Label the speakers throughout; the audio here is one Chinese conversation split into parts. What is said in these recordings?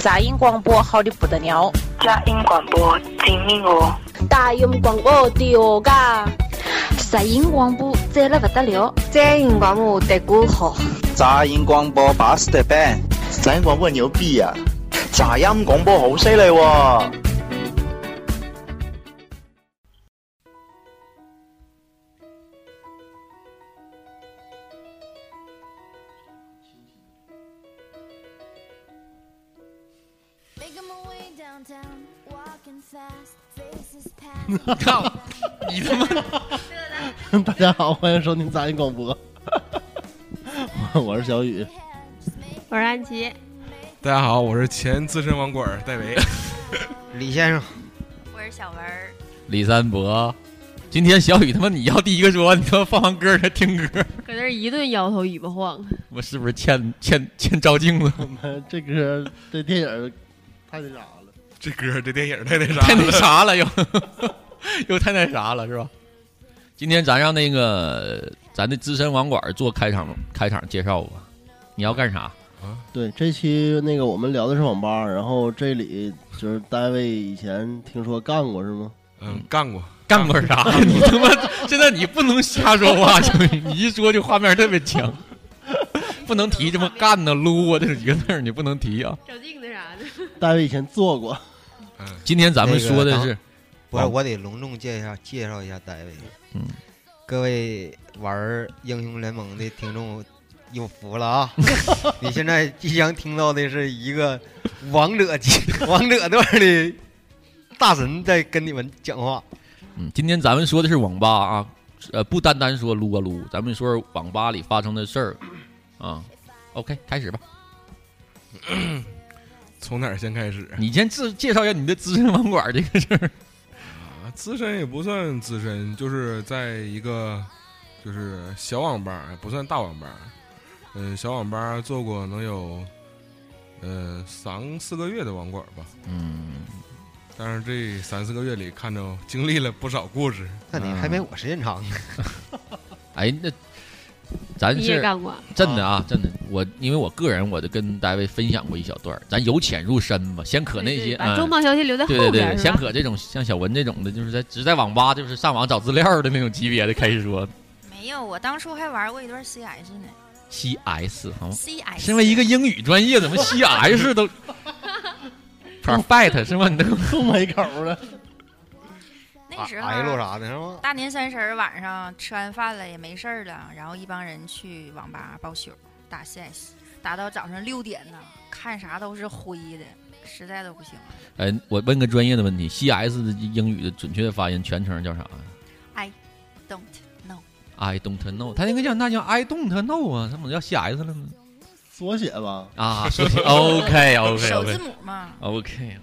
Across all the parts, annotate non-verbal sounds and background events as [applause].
Speaker 1: 杂音广播好的不得了，
Speaker 2: 佳音广播精明哦，
Speaker 3: 大音广播的哦嘎，
Speaker 4: 杂音广播赞了不得了，
Speaker 5: 杂音广播的歌好，
Speaker 6: 杂音广播巴适的板，
Speaker 7: 杂音广播牛逼啊，杂音广播好犀利喎。
Speaker 8: 靠，你他妈！
Speaker 9: [laughs] 大家好，欢迎收听杂音广播， [laughs] 我我是小雨。
Speaker 10: 我是安琪，
Speaker 8: 大家好，我是前资深网管儿戴
Speaker 11: [laughs]
Speaker 8: 维。
Speaker 12: 李先生，
Speaker 10: 我是小文儿。
Speaker 11: 李三伯，今天小雨他妈你要第一个说，你他妈放完歌儿再听歌儿，
Speaker 10: 搁那儿一顿摇头尾巴晃，
Speaker 11: 我是不是欠欠欠照镜子？
Speaker 9: 我们 [laughs] 这歌这电影儿太那啥了，
Speaker 8: 这歌这电影太那啥
Speaker 11: 太那
Speaker 8: 了，
Speaker 11: 啥了又， [laughs] 又太那啥了是吧？今天咱让那个咱的资深网管做开场开场介绍吧，你要干啥？
Speaker 9: 对，这期那个我们聊的是网吧，然后这里就是大卫以前听说干过是吗？
Speaker 8: 嗯，干过，
Speaker 11: 干过啥？ [laughs] 你他妈现在你不能瞎说话， [laughs] 兄弟，你一说就画面特别强， [laughs] 不能提这么干呢、撸啊 [laughs] 这几个字儿，你不能提啊。
Speaker 10: [laughs] 照镜子啥的。
Speaker 9: 大卫以前做过， [laughs]
Speaker 8: 嗯，
Speaker 11: 今天咱们说的
Speaker 12: 那
Speaker 11: 是
Speaker 12: 个不是，
Speaker 11: 哦
Speaker 12: 我得隆重介绍介绍一下戴维。
Speaker 11: 嗯，
Speaker 12: 各位玩儿英雄联盟的听众有福了啊！你现在即将听到的是一个王者级王者段的大神在跟你们讲话。
Speaker 11: 嗯，今天咱们说的是网吧啊，呃，不单单说撸啊撸，咱们说说网吧里发生的事儿啊。OK，开始吧，
Speaker 8: 从哪儿先开始
Speaker 11: 你先自介绍一下你的资深网管这个事儿。
Speaker 8: 啊？资深也不算资深，就是在一个就是小网吧，不算大网吧。嗯，小网吧做过能有呃三四个月的网管吧，
Speaker 11: [laughs] 嗯，
Speaker 8: 但是这三四个月里，看着经历了不少故事。
Speaker 12: 那你还没我时间长
Speaker 9: 嗯
Speaker 12: 呢。
Speaker 11: 哎，那咱
Speaker 10: 你也
Speaker 11: 是
Speaker 10: 干过？
Speaker 11: 真的啊，真的，我因为我个人我就跟大卫分享过一小段儿，咱由浅入深吧，先可那
Speaker 10: 对
Speaker 11: 些
Speaker 10: 对把
Speaker 11: 嗯
Speaker 10: 重磅消息留在后
Speaker 11: 对对
Speaker 10: 边
Speaker 11: 对，
Speaker 10: 儿是
Speaker 11: 先
Speaker 10: 吧？
Speaker 11: 可这种像小文这种的，就是在只在网吧就是上网找资料的那种级别的开始说
Speaker 13: 没有，我当初还玩过一段 CS 呢
Speaker 11: CS 好吗？
Speaker 13: ，CS。
Speaker 11: 身为一个英语专业，怎么
Speaker 13: [laughs]
Speaker 11: CS 都 perfect 是吗？你都
Speaker 9: 都没口了。
Speaker 13: 那时候
Speaker 12: 挨路
Speaker 13: 啊
Speaker 12: 啥的是吗？
Speaker 13: 大年三十儿晚上吃完饭了也没事儿了，然后一帮人去网吧包宿打 CS，打到早上六点呢，看啥都是灰的，实在都不行了。
Speaker 11: 哎，我问个专业的问题，CS 的英语的准确发音全称叫啥呀
Speaker 13: Don't know，
Speaker 11: ？I don't know，他那个叫那叫 I don't know 啊，怎么叫 CS 了呢？
Speaker 9: 缩写吧，
Speaker 13: [laughs]
Speaker 11: 啊，OK OK
Speaker 13: 首
Speaker 11: OK
Speaker 13: 字。母嘛，
Speaker 11: OK，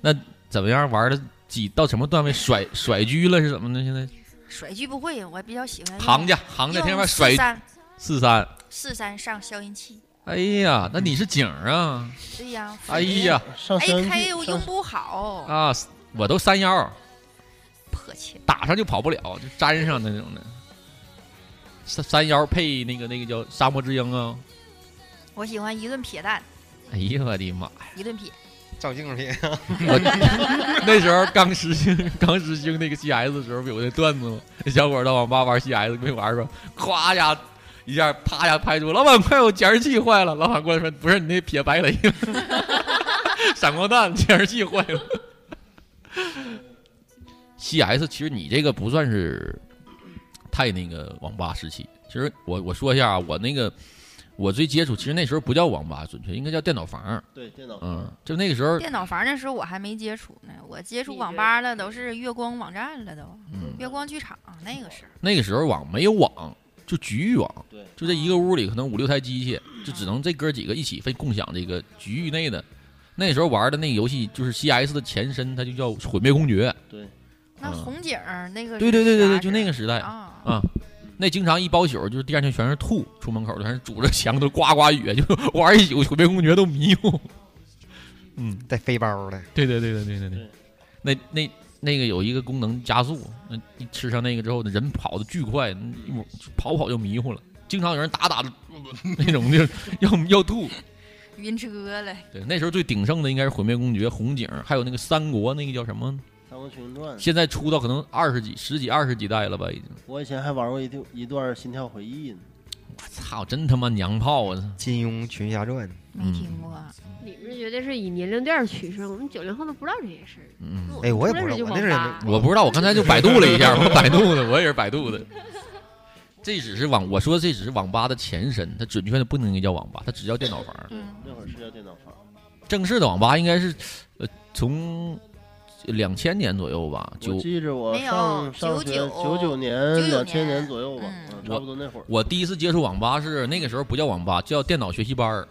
Speaker 11: 那怎么样玩的几到什么段位甩甩狙了是怎么的？现
Speaker 13: 哎
Speaker 11: 在
Speaker 13: 甩狙不会，我比较喜欢
Speaker 11: 行家行家，听见没？甩
Speaker 13: 三
Speaker 11: 四三。
Speaker 13: 四三上消音器。
Speaker 11: 哎呀，那你是警儿啊？
Speaker 13: 对呀，
Speaker 11: 哎呀
Speaker 9: 上山
Speaker 13: ，AK 又用
Speaker 9: 上
Speaker 13: 不好，
Speaker 11: 啊，我都三幺，
Speaker 13: 破切。
Speaker 11: 打上就跑不了，就粘上那种的。三三幺配那个那个叫沙漠之鹰啊！
Speaker 13: 我喜欢一顿撇蛋，
Speaker 11: 哎呀，我的妈呀！
Speaker 13: 一顿撇。
Speaker 12: 照镜 [laughs] 子片，
Speaker 11: [laughs] 那时候刚实行刚实行那个 CS 的时候，不有那段子吗？那小伙儿到网吧玩 CS 没玩着，咵呀一下啪呀拍桌，老板快，我减速器坏了。老板过来说，不是你那撇白雷吗， [laughs] 闪光弹减速器坏了。CS 其实你这个不算是太那个网吧时期。其实我我说一下啊，我那个我最接触，其实那时候不叫网吧，准确应该叫电脑房。
Speaker 9: 对电脑
Speaker 11: 嗯，就那个时候，
Speaker 13: 电脑房那时候我还没接触呢，我接触网吧了都是月光网站了都，
Speaker 11: 嗯，
Speaker 13: 月光剧场那个是。
Speaker 11: 那个时候网没有网，就局域网，
Speaker 9: 对
Speaker 11: 就这一个屋里可能五六台机器，就只能这哥几个一起分共享这个局域内的。那时候玩的那个游戏就是 CS 的前身，它就叫《毁灭公爵》。
Speaker 13: 那
Speaker 11: 嗯
Speaker 13: 红警儿那个
Speaker 11: 对对对对对，
Speaker 13: 是
Speaker 11: 就那个时代
Speaker 13: 啊，
Speaker 11: 啊。那经常一包宿，就是第二天全是吐，出门口全是拄着墙都呱呱雨，就 [laughs] 玩一宿《毁灭公爵》都迷糊。嗯，
Speaker 12: 带飞包的，
Speaker 11: 对对对对对对
Speaker 9: 对。
Speaker 11: 那那那个有一个功能加速，那一吃上那个之后，那人跑的巨快，嗯一 [laughs] 会儿跑跑就迷糊了。经常有人打打的那种，就是要要吐。
Speaker 13: 晕车了。
Speaker 11: 对，那时候最鼎盛的应该是《毁灭公爵》《红警》，还有那个《三国》，那个叫什么？
Speaker 9: 三国群英传。
Speaker 11: 现在出到可能二十几、十几、二十几代了吧，已经。
Speaker 9: 我以前还玩过一段一段《心跳回忆》呢。
Speaker 11: 操，真他妈娘炮啊！
Speaker 12: 金庸《群侠传》
Speaker 13: 没
Speaker 11: 嗯
Speaker 13: 听过。
Speaker 10: 你们绝对是以年龄段取胜，我们九零后都不知道这些事儿。
Speaker 11: 嗯，
Speaker 12: 哎，我也
Speaker 10: 不
Speaker 12: 不
Speaker 10: 认识就
Speaker 12: 知道，我
Speaker 10: 网
Speaker 12: 那阵
Speaker 10: 吧
Speaker 12: 儿也没
Speaker 11: 我不知道，我刚才就百度了一下，我百度的，我也是百度的。这只是网，我说这只是网吧的前身，它准确的不能叫网吧，它只叫电脑房。
Speaker 13: 嗯
Speaker 9: 那会儿是叫电脑房。
Speaker 11: 正式的网吧应该是，呃，从两千年左右吧，
Speaker 9: 我
Speaker 11: 九
Speaker 9: 记着我
Speaker 13: 没有
Speaker 9: 上上学
Speaker 13: 99
Speaker 9: 九九年、两千年左右吧，嗯差不多那会儿。
Speaker 11: 我第一次接触网吧是那个时候不叫网吧，叫电脑学习班儿。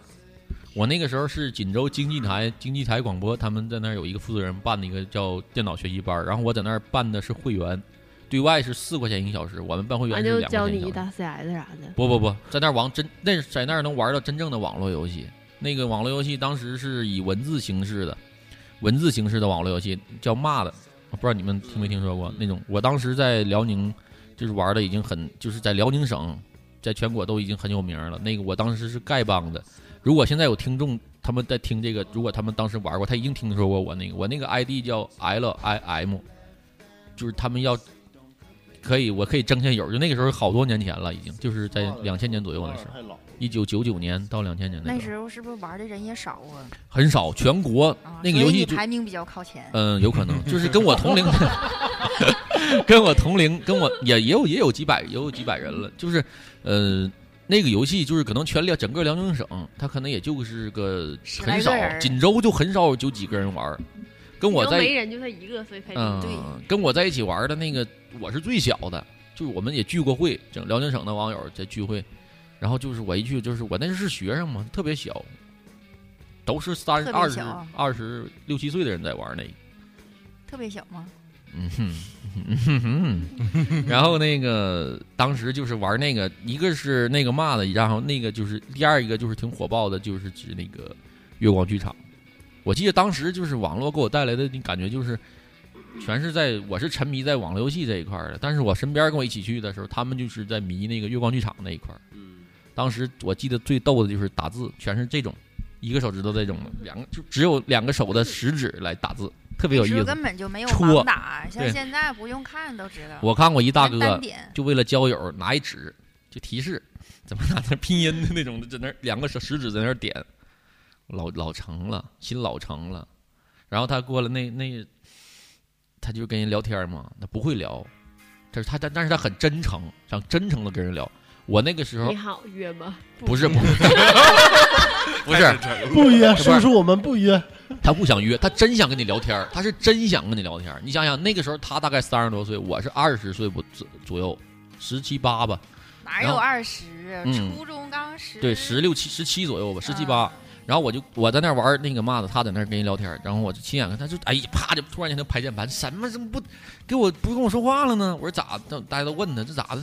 Speaker 11: 我那个时候是锦州经济台经济台广播，他们在那儿有一个负责人办的一个叫电脑学习班儿，然后我在那儿办的是会员，对外是四块钱一小时，我们办会员
Speaker 10: 完
Speaker 11: 是
Speaker 10: 啊就
Speaker 11: 两块
Speaker 10: 教
Speaker 11: 钱一
Speaker 10: 你
Speaker 11: 小时。
Speaker 10: 打 CS 啥的。
Speaker 11: 不不不，在那儿玩真那在那儿能玩到真正的网络游戏。那个网络游戏当时是以文字形式的，文字形式的网络游戏叫骂的，我不知道你们听没听说过那种。我当时在辽宁，就是玩的已经很，就是在辽宁省，在全国都已经很有名了。那个我当时是丐帮的。如果现在有听众他们在听这个，如果他们当时玩过，他已经听说过我那个，我那个 ID 叫 L I M，就是他们要可以，我可以争先友，就那个时候好多年前了，已经就是在两千年左右那时
Speaker 9: 啊太老
Speaker 11: 候
Speaker 9: 了，
Speaker 11: 一九九九年到两千年那
Speaker 13: 那
Speaker 11: 时候
Speaker 13: 时候是不是玩的人也少啊？
Speaker 11: 很少，全国
Speaker 13: 啊
Speaker 11: 那个
Speaker 13: 所
Speaker 11: 游
Speaker 13: 以你
Speaker 11: 戏就
Speaker 13: 排名比较靠前。
Speaker 11: 嗯，有可能就是跟我同龄， [laughs] 跟我同龄，跟我也也有也有几百也有几百人了，就是呃。那个游戏就是可能全辽整个辽宁省，它可能也就是个
Speaker 10: 十来
Speaker 11: 很
Speaker 10: 个
Speaker 11: 少
Speaker 10: 人，儿
Speaker 11: 锦州就很少有几个人玩儿。跟我
Speaker 10: 都
Speaker 11: 在
Speaker 10: 没人就他一个，所以排名
Speaker 11: 嗯，跟我在一起玩的那个我是最小的，就是我们也聚过会，整辽宁省的网友在聚会，然后就是我一去就是我那时候是学生嘛，特别小，都是三
Speaker 13: 特别
Speaker 11: 二十
Speaker 13: 小
Speaker 11: 二十六七岁的人在玩那个，
Speaker 13: 特别小吗？
Speaker 11: 嗯哼，嗯哼哼哼，然后那个 [laughs] 当时就是玩那个，一个是那个骂的，然后那个就是第二一个就是挺火爆的，就是指那个月光剧场。我记得当时就是网络给我带来的感觉就是，全是在我是沉迷在网络游戏这一块儿的，但是我身边跟我一起去的时候，他们就是在迷那个月光剧场那一块儿。
Speaker 9: 嗯，
Speaker 11: 当时我记得最逗的就是打字，全是这种，一个手指头这种的，两个就只有两个手的食指来打字，特别有意
Speaker 13: 时候
Speaker 11: 思。
Speaker 13: 根本就没有
Speaker 11: 戳
Speaker 13: 盲打，像
Speaker 11: 对
Speaker 13: 现在不用看都知道。
Speaker 11: 我看过一大
Speaker 13: 单
Speaker 11: 哥
Speaker 13: 点，
Speaker 11: 就为了交友拿一纸就提示怎么拿那拼音的那种，在那儿两个手食指在那儿点，老老成了，心老成了。然后他过了那那，他就跟人聊天嘛，他不会聊，但是他但但是他很真诚，想真诚的跟人聊。我那个时候
Speaker 10: 你好约吗？
Speaker 11: 不是不是不是
Speaker 9: 不约，
Speaker 11: 不
Speaker 9: 叔
Speaker 11: 是
Speaker 9: 叔我们不约。
Speaker 11: 他不想约，他真想跟你聊天儿，他是真想跟你聊天儿。你想想，那个时候他大概三十多岁，我是二十岁不左左右，十七八吧，
Speaker 13: 哪
Speaker 11: 然
Speaker 13: 有
Speaker 11: 后
Speaker 13: 二十？
Speaker 11: 嗯
Speaker 13: 初中刚十。
Speaker 11: 对，十六七、十七左右吧，十七八。然后我就我在那儿玩儿那个嘛的，他在那儿跟人聊天儿，然后我就亲眼看他就哎啪就突然间就拍键盘，什么怎么不给我不跟我说话了呢？我说咋？的？大家都问他这咋的？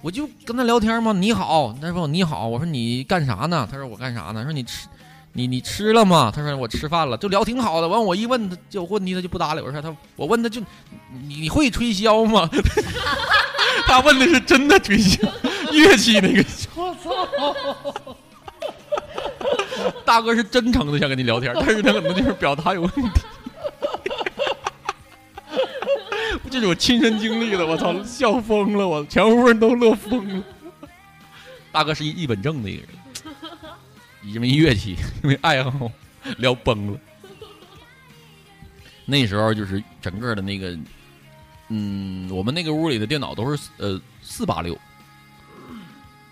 Speaker 11: 我就跟他聊天嘛，你好，他说你好，我说你干啥呢？他说我干啥呢？说你吃你你吃了吗？他说我吃饭了，就聊挺好的。完我一问他就问题他就不搭理我，说他我问他就你你会吹箫吗？ [laughs] 他问的是真的吹箫， [laughs] 乐器那个
Speaker 9: 我操！
Speaker 11: [laughs] 大哥是真诚的想跟你聊天，但是他可能就是表达有问题。 [laughs] 这是我亲身经历的，我操，笑疯了，我全屋人都乐疯了。大哥是一一本正的一个人，因为乐器，因为爱好聊崩了。那时候就是整个的那个，嗯，我们那个屋里的电脑都是呃四八六，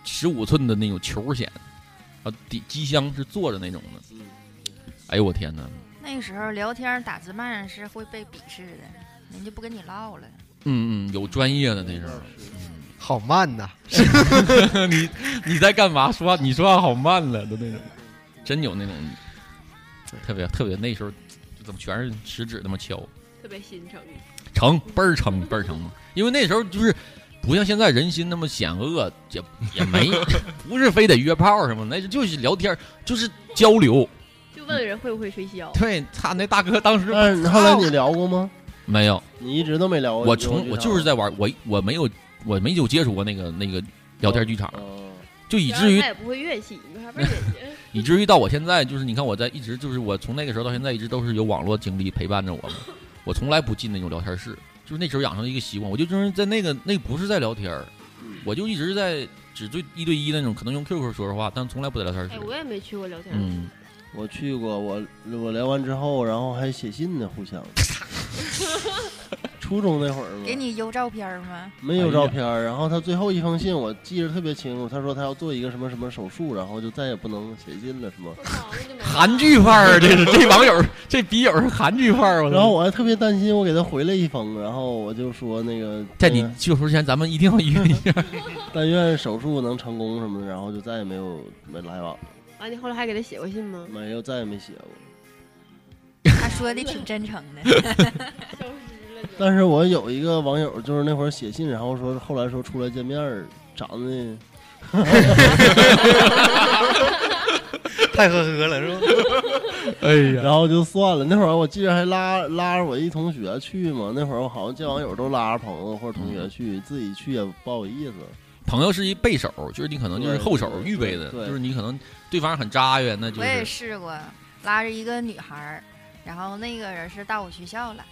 Speaker 11: 十五寸的那种球显，啊，底机箱是坐着那种的。哎呦我天哪！
Speaker 13: 那时候聊天打字慢是会被鄙视的，人就不跟你唠了。
Speaker 11: 嗯嗯，有专业的那时候。嗯
Speaker 12: 好慢
Speaker 9: [laughs]
Speaker 12: 呐！
Speaker 11: [laughs] 你你在干嘛？说话你说话好慢了都那种，真有那种，特别特别那时候就怎么全是食指那么敲，
Speaker 10: 特别心疼。
Speaker 11: 成倍儿成倍儿成，因为那时候就是不像现在人心那么险恶，也也 [laughs] 没不是非得约炮什么，那就是聊天，就是交流。
Speaker 10: 就问人会不会吹箫？
Speaker 11: 对，他那大哥当时
Speaker 9: 但是后来你聊过吗？
Speaker 11: 没有，
Speaker 9: 你一直都没聊过。
Speaker 11: 我
Speaker 9: 你跟
Speaker 11: 从
Speaker 9: 去啊趟
Speaker 11: 我
Speaker 9: 啊哦
Speaker 11: 就是在玩，我我没有我没有接触过那个那个聊天剧场，就以至于
Speaker 10: 他也不会乐器，你没法解
Speaker 11: [laughs]
Speaker 10: 决。
Speaker 11: 以至于到我现在，就是你看我在一直就是我从那个时候到现在一直都是有网络经历陪伴着我们，我从来不进那种聊天室，就是那时候养成了一个习惯，我就就是在那个那不是在聊天儿，我就一直在只对一对一那种，可能用 QQ 说说话，但从来不在聊天室
Speaker 10: 哎，。我也没去过聊天室。
Speaker 11: 嗯，
Speaker 9: 我去过，我我聊完之后，然后还写信呢，互 [laughs] 相。初中那会
Speaker 11: 嗯
Speaker 9: 儿吧
Speaker 13: 给你邮照片儿
Speaker 11: [laughs]
Speaker 13: 吗？
Speaker 9: 没
Speaker 11: 哎
Speaker 9: 有照片儿，然后他最后一封信我记得特别清楚，他说他要做一个什么什么手术，然后就再也不能写信了，是吗？
Speaker 11: 韩剧范儿，这是这网友这笔友是韩剧范儿，我操
Speaker 9: 然后我还特别担心，我给他回了一封，然后我就说那个
Speaker 11: 在你去手术前，咱们一定要约一下，
Speaker 9: 但愿手术能成功什么的，然后就再也没有没来往了，
Speaker 10: 完、你后来还给他写过信吗？
Speaker 9: 没有再也没写过。
Speaker 13: 他说的挺真诚的。
Speaker 9: 但是我有一个网友，就是那会儿写信，然后说后来说出来见面儿，长得
Speaker 12: 太呵呵了，是吧？
Speaker 9: 哎呀，然后就算了。那会儿我记得还拉拉着我一同学去嘛，那会儿我好像见网友都拉着朋友或者同学去，自己去也不好意思。
Speaker 11: 朋友是一背手，就是你可能就是
Speaker 9: 对
Speaker 11: 后手
Speaker 9: 对
Speaker 11: 预备的，
Speaker 9: 对
Speaker 11: 就是你可能对方很扎呀，那就
Speaker 13: 我也
Speaker 11: 是
Speaker 13: 试过拉着一个女孩儿，然后那个人是到我学校来，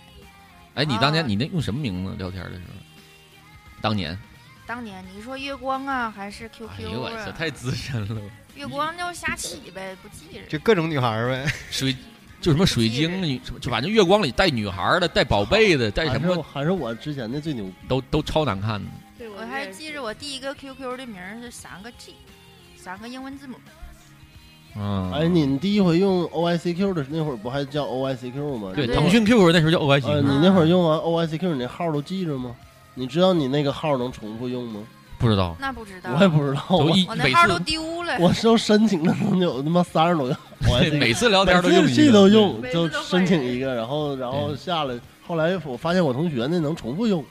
Speaker 11: 哎，你当年你那用什么名字聊天的时候？当年，
Speaker 13: 当年你说月光啊还是
Speaker 11: 哎呦
Speaker 13: QQ
Speaker 11: 我操，
Speaker 13: 啊？
Speaker 11: 太资深了，
Speaker 13: 月光就瞎起呗，不记着。
Speaker 12: 就各种女孩儿呗， [laughs]
Speaker 11: 水就什么水晶啊
Speaker 13: [laughs]
Speaker 11: 女，什么就反正月光里带女孩儿的，带宝贝的，带什
Speaker 9: 还是
Speaker 11: 么
Speaker 9: 还是啊我之前的最牛逼，
Speaker 11: 都都超难看的。
Speaker 13: 我哦还记着我第一个 QQ 的名儿是三个 G，三个英文字母。
Speaker 11: 嗯，
Speaker 9: 哎，你你第一回用 OICQ 的那会儿不还叫 OICQ 吗？
Speaker 11: 对腾讯 QQ 那时候叫 OICQ
Speaker 9: 呃你那会儿用完 OICQ，你那号都记着吗？你知道你那个号能重复用吗？
Speaker 11: 不知道
Speaker 13: 那不知道
Speaker 9: 我也不知道。
Speaker 11: 都一
Speaker 13: 我那号都丢了
Speaker 9: 我是都申请了，能有他妈三十 [laughs] 多个 OICQ。
Speaker 11: 每次聊天都用一个
Speaker 9: 每次都用，
Speaker 11: 每次
Speaker 9: 就申请一个，然后然后下来。后来我发现我同学那能重复用，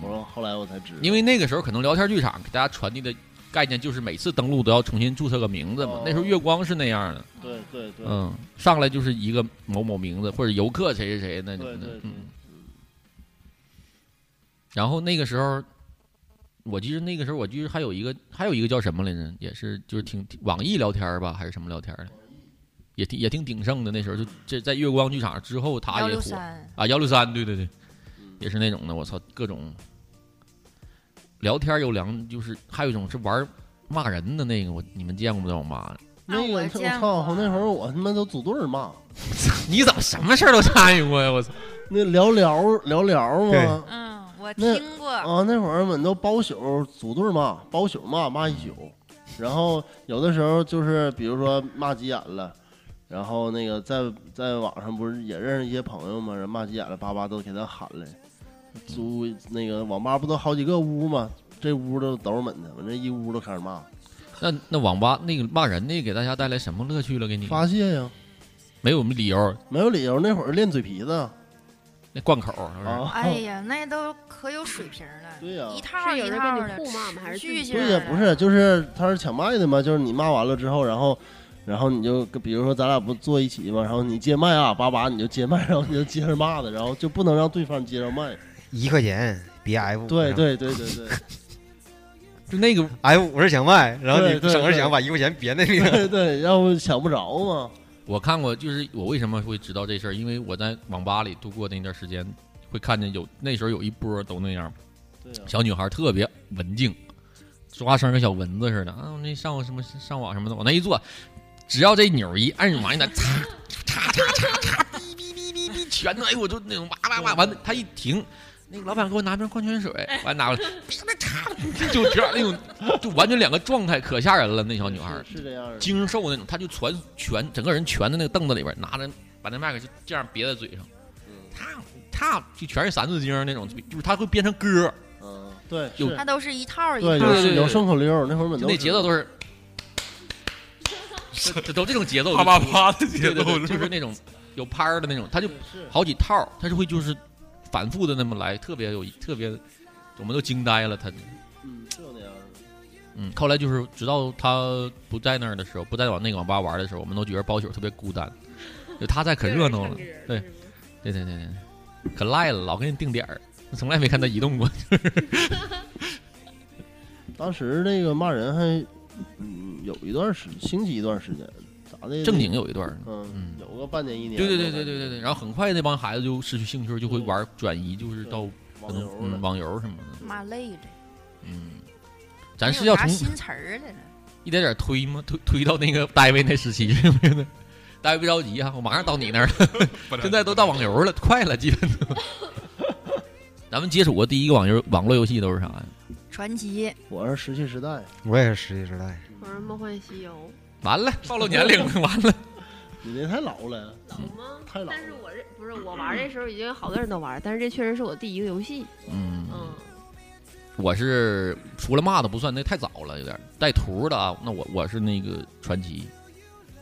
Speaker 9: 我说后来我才知道。
Speaker 11: 因为那个时候可能聊天剧场给大家传递的概念就是每次登录都要重新注册个名字嘛。
Speaker 9: 哦
Speaker 11: 那时候月光是那样的，
Speaker 9: 对对对，
Speaker 11: 嗯，上来就是一个某某名字或者游客谁谁谁那种的，嗯。然后那个时候，我记得那个时候我记得还有一个还有一个叫什么来着，也是就是挺挺网易聊天儿吧还是什么聊天儿的。也挺也挺鼎盛的，那时候就这在月光剧场之后，他也火
Speaker 13: 163
Speaker 11: 啊，幺六三，对对对，
Speaker 9: 嗯
Speaker 11: 也是那种的，我操，各种聊天有两，就是还有一种是玩骂人的那个，我你们见过吗？在 [laughs] 网吧，
Speaker 9: 那个
Speaker 13: 我
Speaker 9: 我
Speaker 13: 见
Speaker 9: 操，那会儿我他妈都组队儿骂，
Speaker 11: 你怎么什么事儿都参与过呀？我操，
Speaker 9: 那聊聊聊聊嘛，
Speaker 13: 嗯，我
Speaker 9: 那
Speaker 13: 听过。
Speaker 11: 哦
Speaker 9: 啊，那会儿我们都包宿组队骂，包宿骂骂一宿，然后有的时候就是比如说骂急眼了，然后那个在在网上不是也认识一些朋友嘛，人骂急眼了，叭叭都给他喊来，租那个网吧不都好几个屋嘛，这屋都都是们的，我这一屋都开始骂，
Speaker 11: 那那网吧那个骂人那给大家带来什么乐趣了？给你
Speaker 9: 发泄呀，
Speaker 11: 没有什么理由，
Speaker 9: 没有理由，那会儿练嘴皮子，
Speaker 11: 那灌口儿是不是
Speaker 9: 啊
Speaker 13: 哎呀，
Speaker 11: 哦
Speaker 13: 那都可有水平了，对呀，一套
Speaker 10: 是有
Speaker 13: 一
Speaker 10: 人
Speaker 13: 套
Speaker 10: 跟你
Speaker 13: 的，啊
Speaker 10: 互骂吗还是自己
Speaker 13: 续性
Speaker 9: 对呀，不是，就是他是抢麦的嘛，就是你骂完了之后，然后，然后你就比如说咱俩不坐一起嘛，然后你接麦啊，叭叭你就接麦，然后你就接着骂的，然后就不能让对方接着麦。
Speaker 12: 一块钱 B F，
Speaker 11: 啊
Speaker 9: 对对对对 [laughs] 对，
Speaker 11: 就那个
Speaker 12: F 五十抢麦，然后你
Speaker 9: 对对
Speaker 12: 省着
Speaker 9: 对
Speaker 12: 想把一块钱别那里
Speaker 9: [laughs]
Speaker 12: 了。
Speaker 9: 对对，要不想不着嘛。
Speaker 11: 我看过，就是我为什么会知道这事儿，因为我在网吧里度过那段时间，会看见有那时候有一波都那样，
Speaker 9: 对啊
Speaker 11: 小女孩特别文静，抓声跟小蚊子似的啊，那上过什么上网什么的，往那一坐，只要这钮儿一按往那擦擦擦擦擦，哔哔哔哔哔，全都哎我就那种哇哇哇，完了她一停。那个老板给我拿瓶矿泉水，完拿过来，就这样那种，就完全两个状态，可吓人了。那小女孩儿
Speaker 9: 是这样的。
Speaker 11: 精瘦那种，他就全全整个人蜷在那个凳子里边，拿着把那麦克就这样别在嘴上，他他就全是三字经那种，就是他会编成歌儿，
Speaker 9: 嗯，对，
Speaker 11: 有
Speaker 9: 是
Speaker 13: 它都是一套一
Speaker 9: 对
Speaker 13: 套
Speaker 9: 有
Speaker 13: 的。
Speaker 9: 有顺口溜儿，那会儿
Speaker 11: 就
Speaker 9: 们
Speaker 11: 那节奏都是，这这都这种节奏，
Speaker 8: 啪啪啪的节奏
Speaker 11: 对对对
Speaker 8: 是吧
Speaker 11: 就是那种有拍儿的那种，他就好几套，他就会就是反复的那么来，特别有特别，我们都惊呆了，他
Speaker 9: 嗯，就那样的。
Speaker 11: 嗯，后来就是直到他不在那儿的时候，不在往那个网吧玩的时候，我们都觉得包宿特别孤单，就他在可热闹了，对，对对对对，可赖了，老给你定点儿，从来没看他移动过。
Speaker 9: 当时那个骂人还嗯，有一段时兴起一段时间，咋的也得
Speaker 11: 正经有一段儿
Speaker 9: 嗯，有个半年一年。
Speaker 11: 对对对对对对对，然后很快那帮孩子就失去兴趣，就会玩儿转移，就是到可能嗯网游什么的。嗯
Speaker 13: 妈累的，
Speaker 11: 咱
Speaker 13: 没
Speaker 11: 是
Speaker 13: 有
Speaker 11: 要
Speaker 13: 啥
Speaker 11: 从
Speaker 13: 新词儿
Speaker 10: [laughs]
Speaker 13: 来了。
Speaker 11: 一点点推吗？推推到那个大卫那时期是不是呢？ [laughs] 大卫别着急啊，我马上到你那儿了。现在都到网游了，快了，基本都。 [laughs] 咱们接触过第一个网游网络游戏都是啥呀？
Speaker 13: 传奇，
Speaker 9: 我是石器时代，
Speaker 12: 我也是石器时代。
Speaker 10: 我是梦幻西游，
Speaker 11: 完了，暴露年龄了，完了。
Speaker 9: 你那太老了，
Speaker 10: 老吗？
Speaker 9: 嗯太老了
Speaker 10: 但是我这不是我玩这时候已经有好多人都玩，但是这确实是我第一个游戏。
Speaker 11: 嗯，
Speaker 10: 嗯，
Speaker 11: 我是除了骂的不算，那太早了，有点儿带图的啊。那我我是那个传奇，嗯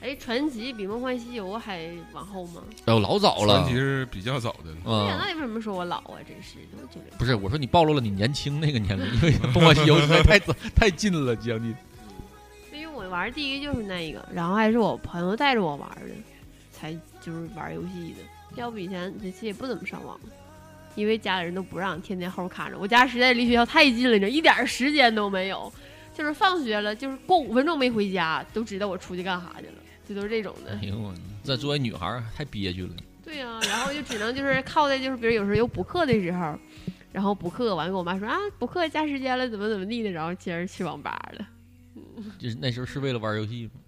Speaker 10: 哎，传奇比梦幻西游还往后吗？
Speaker 11: 哎呦，老早了。
Speaker 8: 传奇是比较早的
Speaker 10: 对呀，那你
Speaker 11: 嗯，
Speaker 10: 为什么说我老啊？真是的，我九零。
Speaker 11: 不是，我说你暴露了你年轻那个年龄，因为《梦幻西游》实在
Speaker 10: [laughs]
Speaker 11: 太早太近了，将近。
Speaker 10: 因为我玩第一个就是那个，然后还是我朋友带着我玩的，才就是玩游戏的。要不以前这期也不怎么上网，因为家里人都不让，天天后看着。我家实在离学校太近了，你知道，一点儿时间都没有。就是放学了，就是过五分钟没回家，都知道我出去干啥去了，就都是这种的。
Speaker 11: 哎呦，这作为女孩儿太憋屈了。
Speaker 10: 对呀、然后就只能就是靠在就是，比如有时候有补课的时候，然后补课完跟我妈说啊，补课加时间了，怎么怎么地的，然后接着去网吧了。嗯
Speaker 11: 就是那时候是为了玩游戏吗？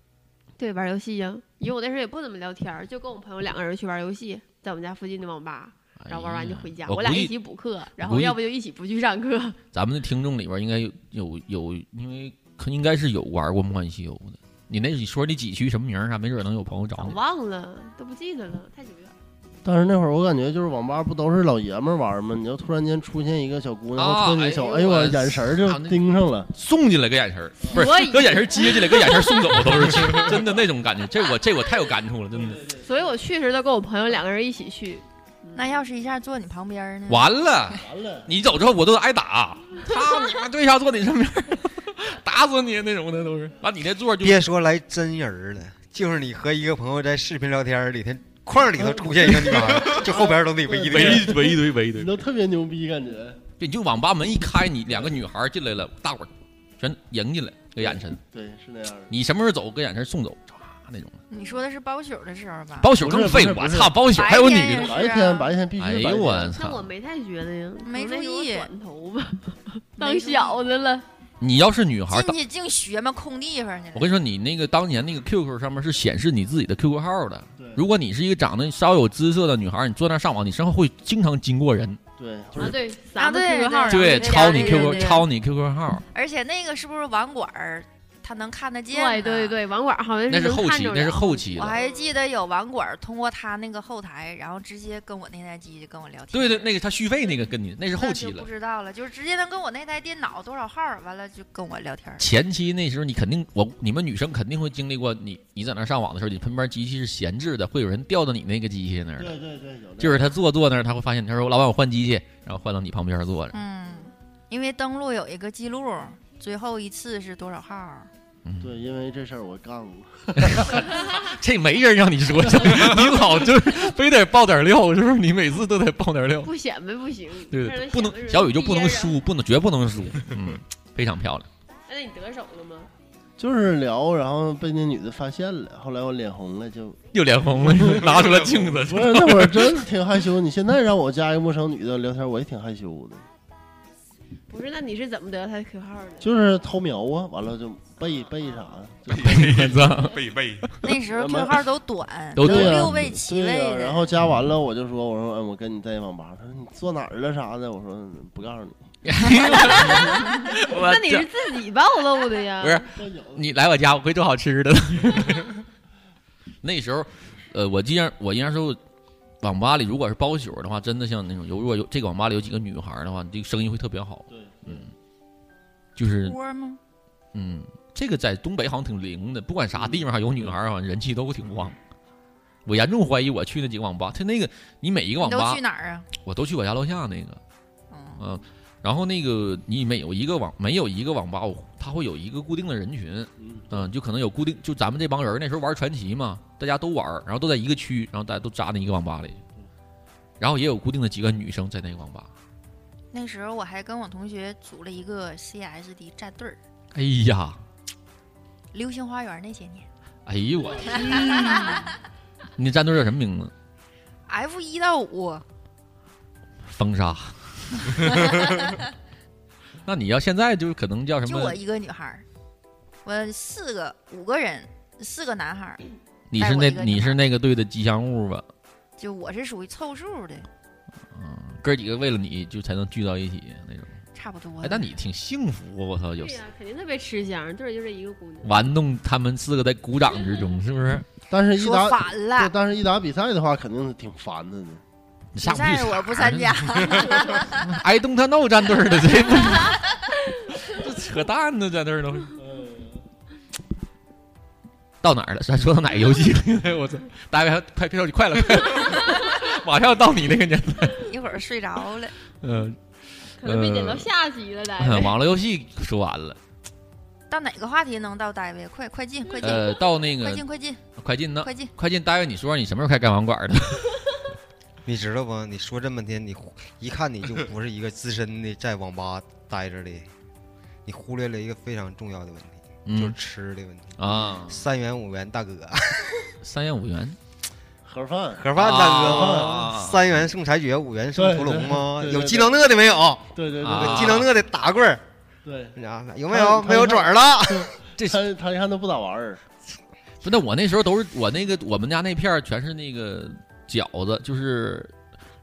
Speaker 10: 对，玩游戏呀、因为我那时候也不怎么聊天儿，就跟我朋友两个人去玩游戏，在我们家附近的网吧，然后玩完就回家。
Speaker 11: 哎我
Speaker 10: 俩
Speaker 11: 估计
Speaker 10: 一起补课，然
Speaker 11: 估
Speaker 10: 后
Speaker 11: 计
Speaker 10: 要不就一起不去上课。
Speaker 11: [laughs] 咱们的听众里边应该有有有，因为可应该是有玩过《梦幻西游》的。你那你说你几区什么名儿啥，啊没准能有朋友找
Speaker 10: 我
Speaker 11: 你。
Speaker 10: 忘了，都不记得了，太久远了。
Speaker 9: 但是那会儿我感觉就是网吧不都是老爷们儿玩儿吗？你要突然间出现一个小姑娘，
Speaker 11: 啊
Speaker 9: 或者小，
Speaker 11: 哎
Speaker 9: 哎呦
Speaker 11: 呦我
Speaker 9: 我眼神儿就盯上了，
Speaker 11: 送进来个眼神儿，不是
Speaker 10: 所以
Speaker 11: 搁眼神儿接进来，搁眼神儿送走都
Speaker 10: [laughs]
Speaker 11: 是去，真的那种感觉。这我这我太有感触了，真的。
Speaker 10: 所以我去时都跟我朋友两个人一起去。
Speaker 13: 那要是一下坐你旁边儿呢？
Speaker 11: 完了，
Speaker 9: 完了，
Speaker 11: 你走之后我都得
Speaker 13: [laughs]
Speaker 11: 挨打，他你妈对象坐你身边儿，打死你那种的都是。完你那座就
Speaker 12: [laughs] 别说来真人儿了，就是你和一个朋友在视频聊天儿里头，框里头出现一个女孩儿，就后边都得围一
Speaker 11: 围一围一堆
Speaker 8: [laughs]
Speaker 11: 围一堆
Speaker 9: 你，都特别牛逼感觉。
Speaker 11: 对，你就网吧门一开，你两个女孩进来了，大伙儿全迎进来，搁眼神。
Speaker 9: 对，是那样的。
Speaker 11: 你什么时候走，搁眼神送走，唰那种。
Speaker 13: 你说的是包宿的时候吧？
Speaker 11: 包宿更废，
Speaker 9: 不是
Speaker 11: 我
Speaker 9: 啊不是
Speaker 11: 操，包宿还有女的，
Speaker 9: 白天白天必须
Speaker 11: 哎
Speaker 9: 是白
Speaker 11: 呦
Speaker 9: 天
Speaker 11: 我
Speaker 10: 那我
Speaker 11: 操！
Speaker 10: 没太觉得呀，
Speaker 13: 没
Speaker 10: 可
Speaker 13: 注
Speaker 10: 能那时候我
Speaker 13: 意
Speaker 10: 短头 [laughs] 发，当小子了。
Speaker 11: 你要是女孩，
Speaker 13: 进去净学嘛，空地方去
Speaker 11: 我
Speaker 13: 了。
Speaker 11: 跟你说，你那个当年那个 QQ 上面是显示你自己的 QQ 号的
Speaker 9: 对。
Speaker 11: 如果你是一个长得稍有姿色的女孩，你坐那儿上网，你身后会经常经过人，
Speaker 9: 对，
Speaker 10: 啊对，
Speaker 13: 啊
Speaker 10: 咱们
Speaker 13: 对
Speaker 10: QQ 号儿啊，
Speaker 11: 对，
Speaker 13: 对
Speaker 11: 抄你
Speaker 13: 对对
Speaker 11: QQ，
Speaker 13: 对
Speaker 11: 抄你 QQ 号。
Speaker 13: 而且那个是不是网管儿？他能看得见呢。
Speaker 10: 对对对，网管好像
Speaker 11: 那是
Speaker 10: 能
Speaker 11: 后
Speaker 10: 看
Speaker 11: 期
Speaker 10: 着，
Speaker 11: 那是
Speaker 10: 了
Speaker 11: 后期
Speaker 13: 我
Speaker 11: 了。
Speaker 13: 还记得有网管儿通过他那个后台，然后直接跟我那台机就跟我聊天。
Speaker 11: 对对，那个他续费那个跟你那是后期
Speaker 13: 那就
Speaker 11: 了
Speaker 13: 不。知道了，就是直接能跟我那台电脑多少号儿，完了就跟我聊天儿。
Speaker 11: 前期那时候，你肯定我你们女生肯定会经历过你，你在那上网的时候，你旁边机器是闲置的，会有人调到你那个机器那儿的。
Speaker 9: 对对对，有
Speaker 11: 就是他坐坐那儿，他会发现，他说：“老板，我换机器。”然后换到你旁边坐着。
Speaker 13: 嗯，因为登录有一个记录，最后一次是多少号儿？
Speaker 9: 对，因为这事儿我干过。
Speaker 11: 嗯这没人让你说，你老就是非得爆点料，是不是？你每次都得爆点
Speaker 10: [laughs]
Speaker 11: 料。
Speaker 10: 不显摆不行，
Speaker 11: 对
Speaker 10: 让
Speaker 11: 对，
Speaker 10: 人
Speaker 11: 不能
Speaker 10: 显摆
Speaker 11: 小雨就不能
Speaker 10: 憋着。
Speaker 11: 输，不能绝不能输。嗯，非常漂亮。
Speaker 10: 哎那你得手了吗？
Speaker 9: 就是聊，然后被那女的发现了，后来我脸红了，就
Speaker 11: 又脸红了，拿出来镜
Speaker 9: [laughs]
Speaker 11: 子。
Speaker 9: 不
Speaker 11: [laughs]
Speaker 9: 是那会儿真挺害羞。你现在让我加一个陌生女的聊天，我也挺害羞的，
Speaker 10: 不是，那你是怎么得到他的 QQ 号的？
Speaker 9: 就是偷瞄啊，完了就背背啥的，就
Speaker 11: 妹子，
Speaker 8: 背背，
Speaker 13: [laughs] 那时候
Speaker 9: 我们
Speaker 13: Q 号儿都短，
Speaker 11: [laughs] 都
Speaker 9: 对
Speaker 11: 短
Speaker 9: 呀
Speaker 13: 六位、七位
Speaker 9: 对呀然
Speaker 13: 的。
Speaker 9: 后加完了，我就说，我说，嗯，我跟你在一网吧。他说你坐哪儿了啥的，我说嗯不告诉你。
Speaker 11: 我
Speaker 10: 那你是自己暴露的呀？
Speaker 11: 不是你来我家，我会做好吃的。 [laughs] 那时候，呃，我既然我应该说，网吧里如果是包宿的话，真的像那种有如果有这个网吧里有几个女孩儿的话，你这个生意会特别好。
Speaker 9: 对，
Speaker 11: 嗯，就是
Speaker 13: 窝吗？
Speaker 11: 嗯，这个在东北好像挺灵的，不管啥地方有女孩儿，好像人气都挺旺。我严重怀疑我去那几个网吧，他那个你每一个
Speaker 13: 你
Speaker 11: 网
Speaker 13: 都
Speaker 11: 吧
Speaker 13: 去哪儿啊？
Speaker 11: 我都去我家楼下那个，嗯，然后那个你没有一个网，没有一个网吧，我它会有一个固定的人群，嗯，就可能有固定，就咱们这帮人那时候玩传奇嘛，大家都玩儿，然后都在一个区，然后大家都扎那一个网吧里，然后也有固定的几个女生在那个网吧，
Speaker 13: 那时候我还跟我同学组了一个 CS 的战队儿，
Speaker 11: 哎呀，
Speaker 13: 流星花园那些年。
Speaker 11: 哎呦我， [laughs] 你那战队叫什么名字？
Speaker 13: F 一到五，
Speaker 11: 风沙。 [laughs] 那你要现在就可能叫什
Speaker 13: 就
Speaker 11: 么
Speaker 13: 我？一个女孩儿，我四个五个人，四个男孩儿，
Speaker 11: 你
Speaker 13: 带
Speaker 11: 是
Speaker 13: 我
Speaker 11: 那
Speaker 13: 一个
Speaker 11: 你
Speaker 13: 女
Speaker 11: 是那个队的吉祥物吧？嗯
Speaker 13: 就我是属于凑数的，
Speaker 11: 哥几个为了你就才能聚到一起那种。
Speaker 13: 差不多
Speaker 11: 哎，那你挺幸福啊！我操，有
Speaker 10: 对呀、肯定特别吃香，对，就这一个姑娘。
Speaker 11: 玩弄他们四个在鼓掌之中，是不是？
Speaker 9: 但是一
Speaker 10: 说
Speaker 9: 打
Speaker 10: 反了
Speaker 9: 对但是一打比赛的话，肯定是挺烦的呢。
Speaker 11: 你
Speaker 13: 比赛我不
Speaker 11: 啊
Speaker 13: 参
Speaker 11: [laughs]
Speaker 13: 加。
Speaker 11: I don't know 战队的这不，这扯淡呢，在那儿都。到哪儿了？咱说到哪个游戏了？我操！大家快快快了，快了，马上要到你那个年代。
Speaker 13: 一会儿睡着了。
Speaker 11: 嗯、
Speaker 10: 可
Speaker 11: 呃，嗯
Speaker 10: 能没点到下集
Speaker 11: [laughs]
Speaker 10: 了，待
Speaker 11: 网络游戏说完了，
Speaker 13: 到哪个话题能到单位？快快进快进。
Speaker 11: 呃，到那个
Speaker 13: 快进快进。
Speaker 11: 快进呢，
Speaker 13: 快进
Speaker 11: 快进！大卫，你说说你什么时候开干网管的？
Speaker 12: 你知道不？你说这么天，你忽一看你就不是一个资深的在网吧待着的，你忽略了一个非常重要的问题，
Speaker 11: 嗯
Speaker 12: 就是吃的问题
Speaker 11: 啊
Speaker 12: 三元五元大哥，
Speaker 11: 三元五元，
Speaker 9: 盒饭，
Speaker 12: 盒饭大哥
Speaker 11: 啊
Speaker 12: 吗？三元送裁决，五元送屠龙吗？
Speaker 9: 对对对对
Speaker 12: 有鸡能乐的没有？
Speaker 9: 对对对
Speaker 12: 有
Speaker 9: 对
Speaker 12: 鸡能乐的打棍儿，
Speaker 9: 对，
Speaker 12: 有没有？没有准儿了。
Speaker 11: 这
Speaker 9: 他他一看都不咋玩儿，
Speaker 11: 不，那我那时候都是我那个我们家那片儿全是那个饺子，就是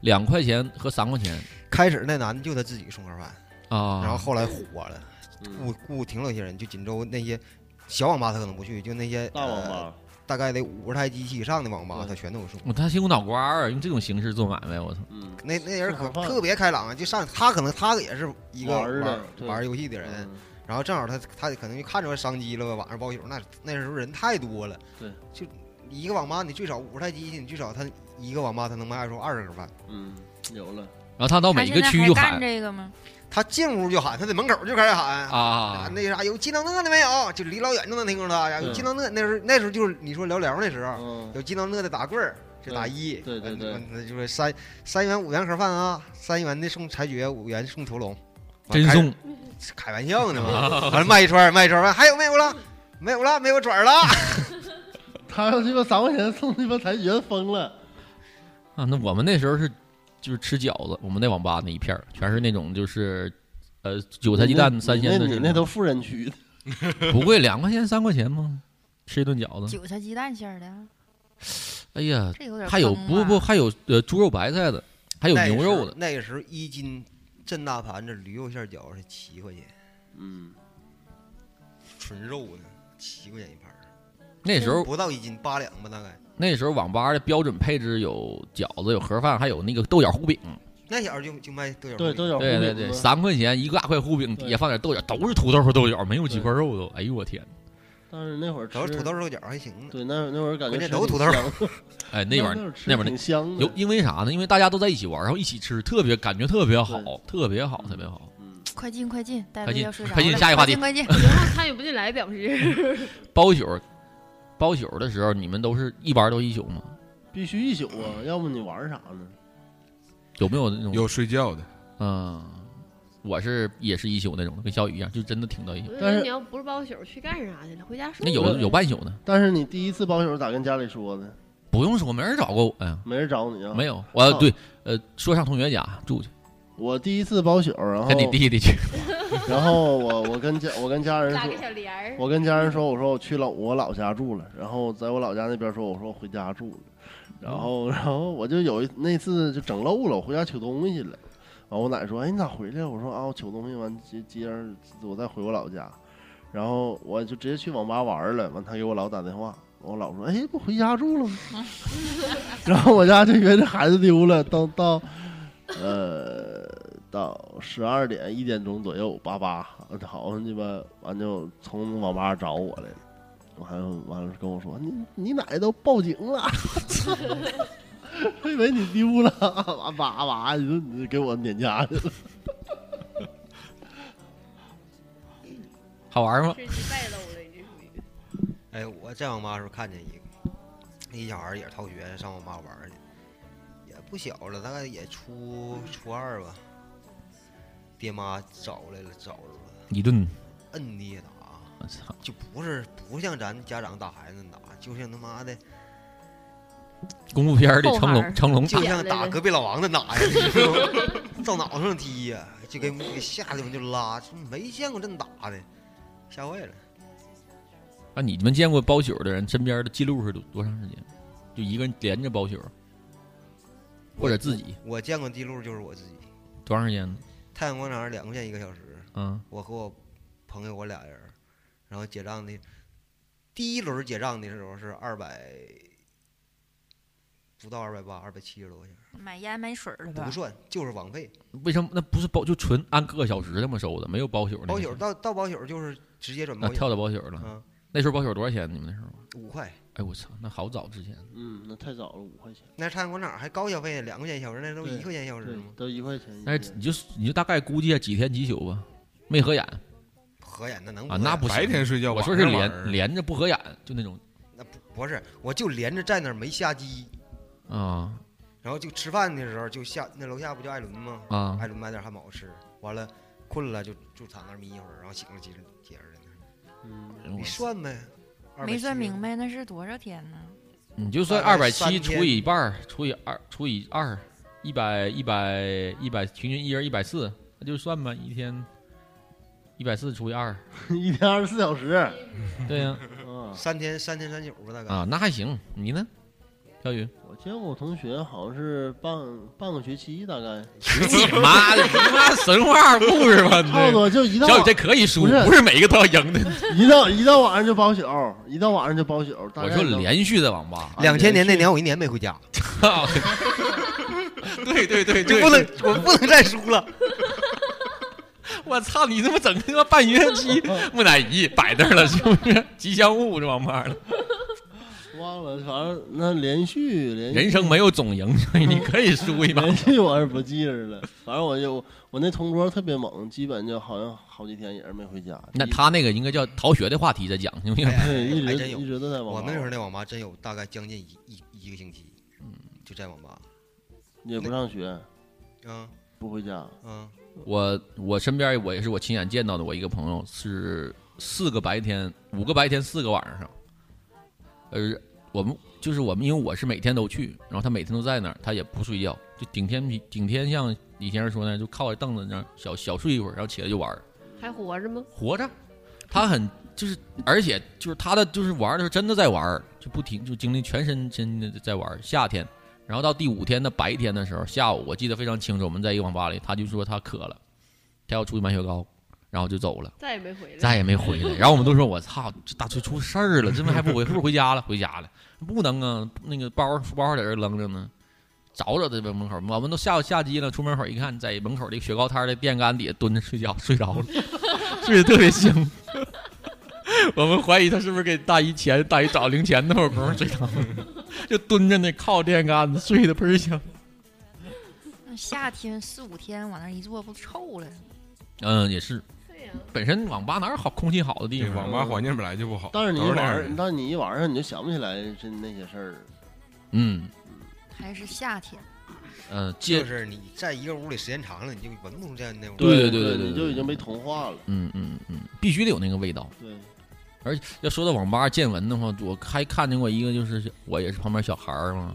Speaker 11: 两块钱和三块钱
Speaker 12: 开始那男的就他自己送盒饭，
Speaker 11: 啊。
Speaker 12: 然后后来火了，
Speaker 9: 嗯
Speaker 12: 雇雇挺老些人，就锦州那些小网吧他可能不去，就那些
Speaker 9: 大网吧
Speaker 12: 呃大概得五十台机器以上的网吧他全都有送。
Speaker 11: 我他辛苦脑瓜儿，用这种形式做买卖，我操！
Speaker 12: 那那人可
Speaker 9: 送盒饭
Speaker 12: 特别开朗啊，就上他可能他也是一个
Speaker 9: 玩
Speaker 12: 玩
Speaker 9: 儿的
Speaker 12: 儿
Speaker 9: 对嗯
Speaker 12: 玩儿游戏的人，然后正好他他可能就看出来商机了吧，晚上包宿那那时候人太多了，
Speaker 9: 对，
Speaker 12: 就一个网吧你最少五十台机器，你最少他一个网吧他能卖二十二十个饭，
Speaker 9: 嗯，有了。
Speaker 11: 然后他到
Speaker 13: 他
Speaker 11: 每一
Speaker 13: 现
Speaker 11: 个
Speaker 13: 在
Speaker 11: 区
Speaker 13: 还
Speaker 11: 就
Speaker 13: 干
Speaker 11: 喊
Speaker 13: 这个吗？
Speaker 12: 他进屋就喊，他在门口就开始喊
Speaker 11: 啊，
Speaker 12: 那啥有技能乐的没有？就离老远就能听着他，然后有
Speaker 9: 对
Speaker 12: 技能乐那时候那时候就是你说聊聊那时候，有技能乐的打棍儿就打一，
Speaker 9: 对对对
Speaker 12: 嗯，那就是三三元五元盒饭啊，三元的送裁决，五元送屠龙，啊
Speaker 11: 真
Speaker 12: 完开
Speaker 11: 送，
Speaker 12: 开玩笑呢
Speaker 11: [laughs]
Speaker 12: 嘛，
Speaker 11: 啊
Speaker 12: 完了卖一串儿卖一串儿，完还有没有了？没有了，没有转儿了。
Speaker 9: 他要鸡巴三块钱送鸡巴裁决疯了，
Speaker 11: 啊！那我们那时候是就是吃饺子，我们那网吧那一片儿全是那种就是呃韭菜鸡蛋三鲜
Speaker 9: 你
Speaker 11: 的
Speaker 9: 那
Speaker 11: 这
Speaker 9: 你那
Speaker 11: 种
Speaker 9: 都富人区的，
Speaker 11: 不贵，两块钱三块钱吗？吃一顿饺子，
Speaker 13: 韭菜鸡蛋馅儿的，
Speaker 11: 哎呀
Speaker 13: 这有啊点，
Speaker 11: 还有
Speaker 13: 坑
Speaker 11: 不不不，还有呃猪肉白菜的，还有牛肉
Speaker 12: [laughs]
Speaker 11: 的，
Speaker 12: 那个时候一斤震大盘子驴肉馅饺是七块钱，
Speaker 9: 嗯，
Speaker 12: 纯肉的七块钱一盘儿。
Speaker 11: 那时候
Speaker 12: 不到一斤，八两吧大概。
Speaker 11: 那时候网吧的标准配置有饺子、有盒饭，还有那个豆角糊饼。
Speaker 12: 那小时候就就卖豆角
Speaker 9: 对豆角
Speaker 11: 对对对，三块钱一个大块糊饼，底下放点豆角，都是土豆和豆角，没有鸡块肉都。哎呦我天！
Speaker 9: 但是那会儿
Speaker 12: 主要是
Speaker 9: 吃
Speaker 12: 土豆肉饺还行呢。
Speaker 9: 对，那那会儿感觉
Speaker 12: 关键
Speaker 9: 吃
Speaker 12: 都是土
Speaker 9: 挺
Speaker 12: 豆
Speaker 9: 香的。
Speaker 11: 哎， [laughs] 那玩意
Speaker 9: [laughs] 那会
Speaker 11: 儿
Speaker 9: 儿吃
Speaker 11: 那玩意儿
Speaker 9: 挺香的
Speaker 11: 有因为啥呢？因为大家都在一起玩，然后一起吃，特别感觉特别好，特别好，特别好。
Speaker 9: 嗯
Speaker 13: 快进快进，大
Speaker 11: 快
Speaker 13: 卫
Speaker 11: 进
Speaker 13: 要睡着了。
Speaker 11: 快进下一个话题
Speaker 13: 快进快
Speaker 10: 以
Speaker 13: 进。
Speaker 10: 后参与不进来表示。
Speaker 11: 包宿，包宿的时候你们都是一玩都一宿吗？
Speaker 9: 必须一宿啊，要不你玩儿啥呢？
Speaker 11: 有没有那种
Speaker 8: 有睡觉的？
Speaker 11: 嗯，我是也是一宿那种的，跟小雨一样，就真的挺到一宿
Speaker 10: 我。就觉
Speaker 9: 但
Speaker 10: 得
Speaker 9: 是
Speaker 10: 你要不是包宿去干啥去了？回家睡。
Speaker 11: 嗯那有的有半宿的，
Speaker 9: 但是你第一次包宿咋跟家里说的？
Speaker 11: 不用说，没人找过我呀，
Speaker 9: 没人找你啊？
Speaker 11: 没有。我
Speaker 9: 啊
Speaker 11: 对呃，说上同学家住去，
Speaker 9: 我第一次包宿，然后
Speaker 11: 跟你弟弟去。
Speaker 9: 然后我我跟家我跟家人
Speaker 10: 拉
Speaker 9: 说
Speaker 10: 个，小帘儿。
Speaker 9: 我跟家人说，我说我去老我老家住了，然后在我老家那边说，我说我回家住了，然后 [laughs] 然后我就有一那次就整漏了，我回家取东西了，完我奶说，哎你咋回来了？我说啊我取东西完接接着我再回我老家，然后我就直接去网吧玩儿了，完他给我老打电话，我老说，哎不回家住了吗？ [laughs] 然后我家就以为这孩子丢了，到到，呃，到十二点一点钟左右，叭叭，好像鸡巴完就从网吧找我来了，完了完了跟我说你你奶都报警了，我以为你丢了，完叭叭，你说你给我撵家去了， [laughs]
Speaker 11: 好玩吗？
Speaker 10: 败露了，你这属于。
Speaker 12: 哎，我在网吧的时候看见一个，一小孩儿也是逃学上网吧玩儿去，也不小了，大概也初初二吧。爹妈找来了，找着了，
Speaker 11: 一顿
Speaker 12: 摁的打。就不是不像咱家长打孩子打，就像他妈的
Speaker 11: 功夫片儿里成
Speaker 12: 后孩
Speaker 11: 龙
Speaker 12: 儿
Speaker 11: 成龙
Speaker 12: 就像打隔壁老王的打呀，照脑 [laughs] 上踢呀，就给给吓得我就拉，没见过这么打的，吓坏了。
Speaker 11: 啊，你们见过包宿的人身边的记录是多多长时间？就一个人连着包宿，或者自己
Speaker 12: 我见过记录就是我自己，
Speaker 11: 多长时间呢？
Speaker 12: 太阳广场两块钱一个小时，
Speaker 11: 嗯，
Speaker 12: 我和我朋友我俩人儿，然后结账的，第一轮结账的时候是二百，不到二百八，二百七十多块钱，
Speaker 13: 买烟买水了吧？
Speaker 12: 不算就是网费。
Speaker 11: 为什么那不是包就纯按个小时这么收的，没有包宿那个
Speaker 12: 包宿到到包宿就是直接转包
Speaker 11: 啊
Speaker 12: 宿，
Speaker 11: 跳到包宿
Speaker 12: 嗯
Speaker 11: 了。那时候包宿多少钱？你们那时候？
Speaker 12: 五块。
Speaker 11: 哎我操，那好早之前。
Speaker 9: 嗯，那太早了，五块钱。
Speaker 12: 那太阳广场还高消费呢，两块钱一小时，那都
Speaker 9: 对
Speaker 12: 一块钱一小时
Speaker 9: 对
Speaker 12: 吗？
Speaker 9: 都一块钱一
Speaker 11: 那
Speaker 9: 天。
Speaker 11: 你就你就大概估计啊几天几宿吧，没合眼
Speaker 12: 合眼那能
Speaker 11: 啊，那不行
Speaker 8: 白天睡觉
Speaker 11: 我说是
Speaker 8: 晚上玩
Speaker 11: 连连着不合眼，就那种
Speaker 12: 那不不是，我就连着站那儿没下机，
Speaker 11: 啊，
Speaker 12: 然后就吃饭的时候就下那楼下不叫艾伦吗？
Speaker 11: 啊
Speaker 12: 艾伦买点汉堡吃，完了困了就就躺那儿眯一会儿，然后醒了接着接着的
Speaker 9: 嗯
Speaker 11: 哎呦
Speaker 12: 你
Speaker 11: 我
Speaker 12: 算呗，
Speaker 13: 没算明
Speaker 12: 白。
Speaker 13: 白那是多少天呢？
Speaker 11: 你就算
Speaker 12: 大
Speaker 11: 二
Speaker 12: 概
Speaker 11: 百
Speaker 12: 三
Speaker 11: 七
Speaker 12: 天
Speaker 11: 除以一半儿，除以二除以二，一百一百一百，平均一人一百四，那就算吧，一天一百四除以二，
Speaker 9: [laughs] 一天二十四小时。
Speaker 11: 对
Speaker 12: [laughs]
Speaker 11: 呀、
Speaker 9: 嗯
Speaker 12: 三天三天三宿吧，大概。
Speaker 11: 啊，那还行。你呢，小雨？
Speaker 9: 我见过我同学，好像是半半个学期，大概。
Speaker 11: [laughs] 你妈的，你妈神话故事吧？你
Speaker 9: 差不多就一到
Speaker 11: 小雨这可以输，
Speaker 9: 不是
Speaker 11: 不是每个都要赢的。
Speaker 9: 一到一到晚上就包宿，一到晚上就包宿。大
Speaker 11: 我
Speaker 9: 概
Speaker 11: 说
Speaker 9: 能
Speaker 11: 连续的网 [laughs]
Speaker 9: 啊
Speaker 11: 吧，
Speaker 12: 两千年那年我一年没回家，
Speaker 11: [laughs] 对对对，
Speaker 12: 就
Speaker 11: 对
Speaker 12: 不能
Speaker 11: 对
Speaker 12: 我不能再输 [laughs] 了。
Speaker 11: 我操，你他妈整他妈半学 [laughs] 期，木乃伊摆这儿了，是不是？吉祥物这王八了。
Speaker 9: 忘了，反正那连续连续
Speaker 11: 人生没有总赢， [laughs] 所以你可以输一把。
Speaker 9: 连续我是不记着了，反正我就我那同桌特别猛，基本就好像好几天也是没回家。
Speaker 11: 那他那个应该叫逃学的话题在讲，行不行？
Speaker 9: 对一
Speaker 12: 哎还
Speaker 9: 直
Speaker 12: 真有
Speaker 9: 一直都在网吧
Speaker 12: 我那时候那网吧真有大概将近一一一个星期，就在网吧。
Speaker 9: 也不上学，
Speaker 12: 嗯
Speaker 9: 不回家。
Speaker 12: 嗯，
Speaker 11: 我我身边我也是我亲眼见到的，我一个朋友是四个白天，五个白天，四个晚上。呃，我们就是我们，因为我是每天都去，然后他每天都在那儿，他也不睡觉，就顶天顶天像李先生说呢，就靠在凳子那儿小小睡一会儿，然后起来就玩儿。
Speaker 10: 还活着吗？
Speaker 11: 活着，他很就是，而且就是他的就是玩的时候真的在玩儿，就不停就精力全身真的在玩儿。夏天，然后到第五天的白天的时候，下午我记得非常清楚，我们在一个网吧里，他就说他渴了，他要出去买雪糕，然后就走了。
Speaker 10: 再也没回来，
Speaker 11: 再也没回来。然后我们都说：“我操，这大锤出事儿了，这不还不回？是不是回家了？回家了？不能啊，那个包书包在这儿扔着呢，找找在门口。我们都下下机了，出门口一看，在门口这个雪糕摊儿的电杆底下蹲着睡觉，睡着了，睡得特别香。我们怀疑他是不是给大姨钱，大姨找零钱那会儿功夫睡着了，就蹲着那靠电杆子睡得倍儿香。
Speaker 13: 那夏天四五天往那一坐，不臭了？
Speaker 11: 嗯，也是。本身网吧哪有好空气好的地方？
Speaker 8: 网吧环境本来就不好
Speaker 9: 但是你一
Speaker 11: 都是那
Speaker 9: 晚
Speaker 11: 样
Speaker 9: 上，但是你一晚上你就想不起来是那些事儿。
Speaker 11: 嗯
Speaker 13: 还是夏天？
Speaker 11: 嗯，借
Speaker 12: 就是你在一个屋里时间长了，你就闻不出这样那味儿。
Speaker 11: 对对对，
Speaker 9: 你就已经被同化了。
Speaker 11: 嗯嗯嗯，必须得有那个味道。
Speaker 9: 对，
Speaker 11: 而且要说到网吧见闻的话，我还看见过一个，就是我也是旁边小孩儿嘛，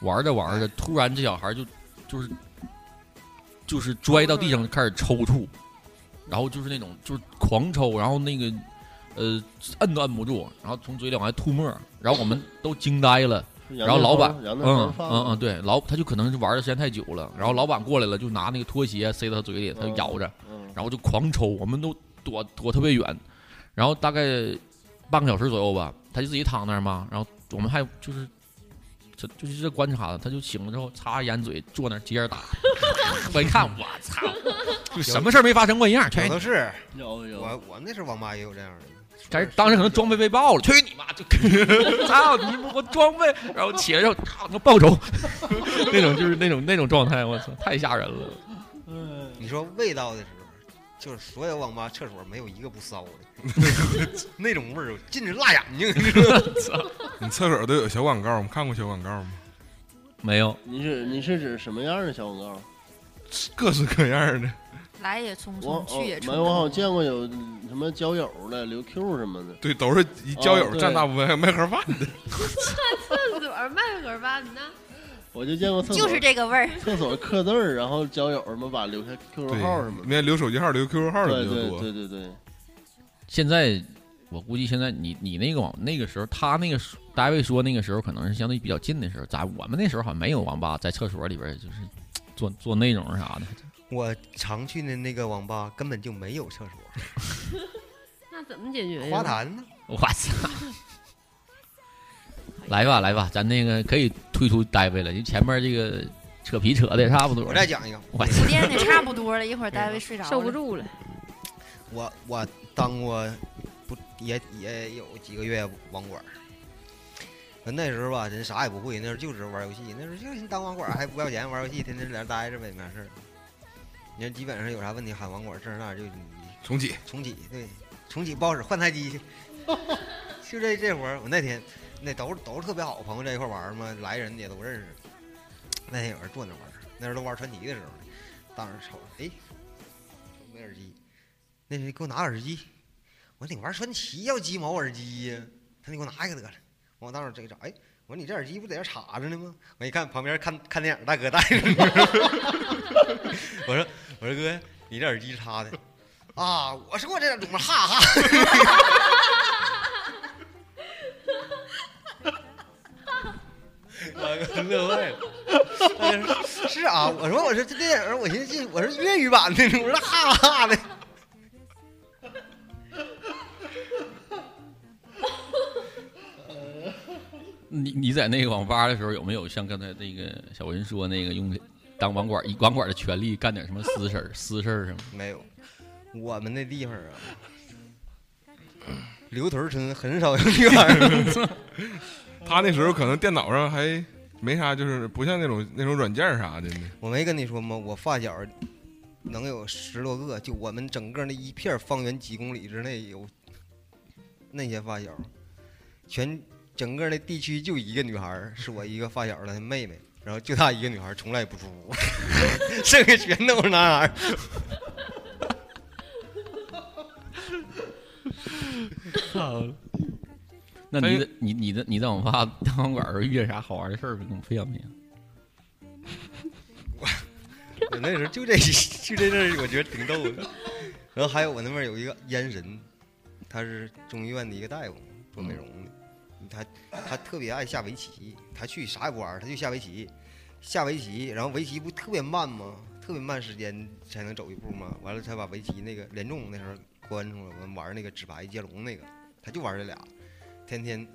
Speaker 11: 玩着玩着，突然这小孩儿就就是就是摔到地上开始抽搐，然后就是那种就是狂抽，然后那个呃摁都摁不住，然后从嘴里往外吐沫，然后我们都惊呆了。然后老板，
Speaker 9: 杨
Speaker 11: 嗯
Speaker 9: 德芳
Speaker 11: 嗯
Speaker 9: 发的
Speaker 11: 嗯，对，老他就可能是玩的时间太久了，然后老板过来了，就拿那个拖鞋塞到他嘴里，他就咬着，
Speaker 9: 嗯
Speaker 11: 然后就狂抽，我们都躲躲特别远，然后大概半个小时左右吧，他就自己躺那儿嘛，然后我们还就是这就是这观察他，他就醒了之后擦着眼嘴坐那儿接着打， [laughs] 我一看我操，就什么事儿没发生过 [laughs] 一样，全
Speaker 12: 有的是。
Speaker 9: 有有，
Speaker 12: 我我那时候网吧也有这样的。
Speaker 11: 但是当时可能装备被爆了， [laughs] 去你妈！就操你妈！我装备，然后起来之后，操，我报仇， [laughs] 那种就是那种那种状态，我操，太吓人了。
Speaker 12: 你说味道的时候，就是所有网吧厕所没有一个不骚的， [laughs] 那种味儿进去辣眼睛。
Speaker 8: 你厕所都有小广告，我们看过小广告吗？
Speaker 11: 没有，
Speaker 9: 你是你是指什么样的小广告？
Speaker 8: 各式各样的，
Speaker 13: 来也匆
Speaker 9: 我哦
Speaker 13: 匆，去也匆
Speaker 9: 没有，我好
Speaker 13: 匆。
Speaker 9: 像见过有什么交友的留 Q 什么的，
Speaker 8: 对，都是一交友
Speaker 9: 哦对
Speaker 8: 占大部分，还有卖盒饭的。
Speaker 10: 厕所儿卖盒饭呢，
Speaker 9: 我就见过厕所
Speaker 10: 就是这个味儿
Speaker 9: 厕所刻字儿，然后交友什么把留下 QQ
Speaker 8: 对
Speaker 9: 号什么，
Speaker 8: 你看留手机号、留 QQ 号的比较
Speaker 9: 对
Speaker 8: 多。
Speaker 9: 对对对，
Speaker 11: 现在我估计现在你你那个网那个时候，他那个时单位说那个时候可能是相对比较近的时候，咱我们那时候好像没有网吧在厕所里边就是做做内容啥的。
Speaker 12: 我常去的那个网吧根本就没有厕所，
Speaker 10: 那怎么解决呀？
Speaker 12: 花坛呢？
Speaker 11: 我操！ [laughs] 来吧来吧，咱那个可以退出单位了，就前面这个扯皮扯的也差不多了。
Speaker 12: 我再讲一个
Speaker 11: 我
Speaker 13: 铺垫的差不多了，一会儿单位睡着了，
Speaker 10: 受不住了。
Speaker 12: 我我当过不也也有几个月网管儿，那时候吧，人啥也不会，那时候就知道玩游戏，那时候就是当网管儿还不要钱，玩游戏，天天在那待着呗，没事儿。你看基本上有啥问题喊网管儿，这儿那儿就你
Speaker 8: 重启，
Speaker 12: 重启，对，重启不好使，换台机去。就这这活儿，我那天那都是都是特别好的朋友在一块儿玩儿嘛，来人也都认识。那天有人坐那玩儿，那时候都玩传奇的时候呢，当时瞅着，哎，没耳机，那人给我拿耳机，我说你玩传奇要鸡毛耳机呀？他说你给我拿一个得了。我当时这一找，哎，我说你这耳机不在这儿插着呢吗？我一看旁边看看电影大哥戴着呢，我说我说哥，你这耳机插的啊？我说我这种哈 [laughs] 哈。我哥乐坏了。哎呀是啊，我说我说这电影，我寻思我是粤语版的，我说哈哈的。
Speaker 11: 你你在那个网吧的时候，有没有像刚才那个小文说那个用当网管以网管的权利干点什么私事儿、私事儿什么？
Speaker 12: 没有，我们那地方啊，刘屯村很少有这玩意儿。
Speaker 8: 他那时候可能电脑上还没啥，就是不像那种那种软件儿啥的呢。
Speaker 12: 我没跟你说吗？我发小能有十多个，就我们整个那一片方圆几公里之内有那些发小，全整个那地区就一个女孩儿是我一个发小的妹妹，然后就她一个女孩儿从来不出 [laughs] 屋，剩下全都是男孩儿。
Speaker 11: 操！那你在你你在你在网吧 [laughs] 当网管儿遇见啥好玩的事儿没？跟我们分享分享。
Speaker 12: 我那时候就这 [laughs] 就这事儿，我觉得挺逗的。然后还有我那边有一个烟神，他是中医院的一个大夫，做美容的。他他特别爱下围棋，他去啥也不玩儿，他就下围棋，下围棋，然后围棋不特别慢吗？特别慢时间才能走一步吗？完了才把围棋那个连中那时候关上了，我们玩儿那个纸牌接龙那个，他就玩儿这俩，天天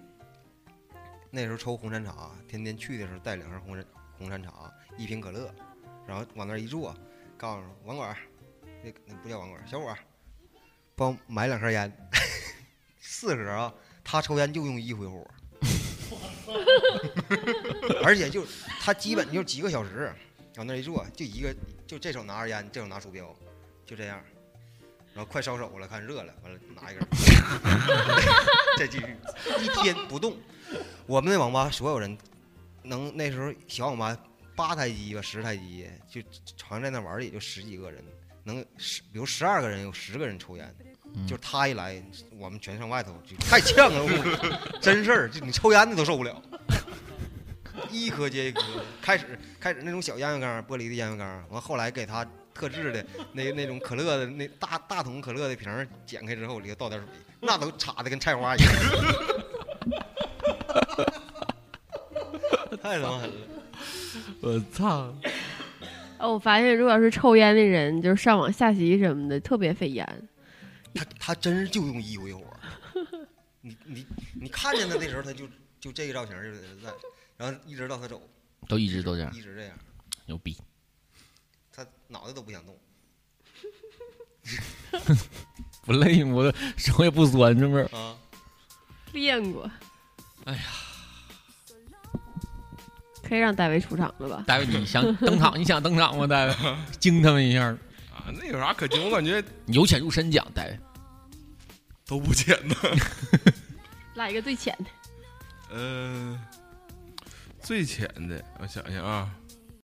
Speaker 12: 那时候抽红山茶，天天去的时候带两箱红山红山茶，一瓶可乐，然后往那儿一坐，告诉网管儿，那那不叫网管儿，小伙儿，帮我买两盒烟， [laughs] 四盒啊，他抽烟就用一回火， [laughs] 而且就他基本就几个小时往那儿一坐，就一个就这手拿着烟，这手拿鼠标，就这样。然后快烧手了，看热了，完了拿一根儿， [laughs] 再继续，一天不动。我们那网吧所有人能那时候小网吧八台机吧，十台机，就好像在那玩儿的也就十几个人，能十比如十二个人有十个人抽烟，就是他一来，我们全上外头，就太呛了，我 [laughs] 真事儿，就你抽烟的都受不了。一颗接一颗，开始开始那种小烟灰缸，玻璃的烟灰缸，完后来给他特制的那那种可乐的那大大桶可乐的瓶儿剪开之后，里头倒点水，那都插的跟菜花一样， [laughs] 太他妈狠了！
Speaker 11: 我操！
Speaker 10: 哦，我发现如果是抽烟的人，就是上网下棋什么的，特别费烟。
Speaker 12: 他他真是就用一回火。你你你看见他的时候，他就就这个造型儿就在这在，然后一直到他走，
Speaker 11: 都一直都这样
Speaker 12: 一直这样，
Speaker 11: 牛逼！
Speaker 12: 他脑袋都不想动。
Speaker 11: 不累吗？我的手也不酸，是不是？
Speaker 12: 啊，
Speaker 10: 练过，
Speaker 11: 哎呀，
Speaker 10: 可以让戴维出场了吧？
Speaker 11: 大卫，你想登场？你想登场吗？大卫，惊他们一下儿，
Speaker 8: 啊，那有啥可惊？我感觉
Speaker 11: [laughs] 由浅入深讲，大卫。
Speaker 8: 都不浅呢。 [laughs]
Speaker 10: 来一个最浅的，
Speaker 8: 呃，最浅的，我想想啊，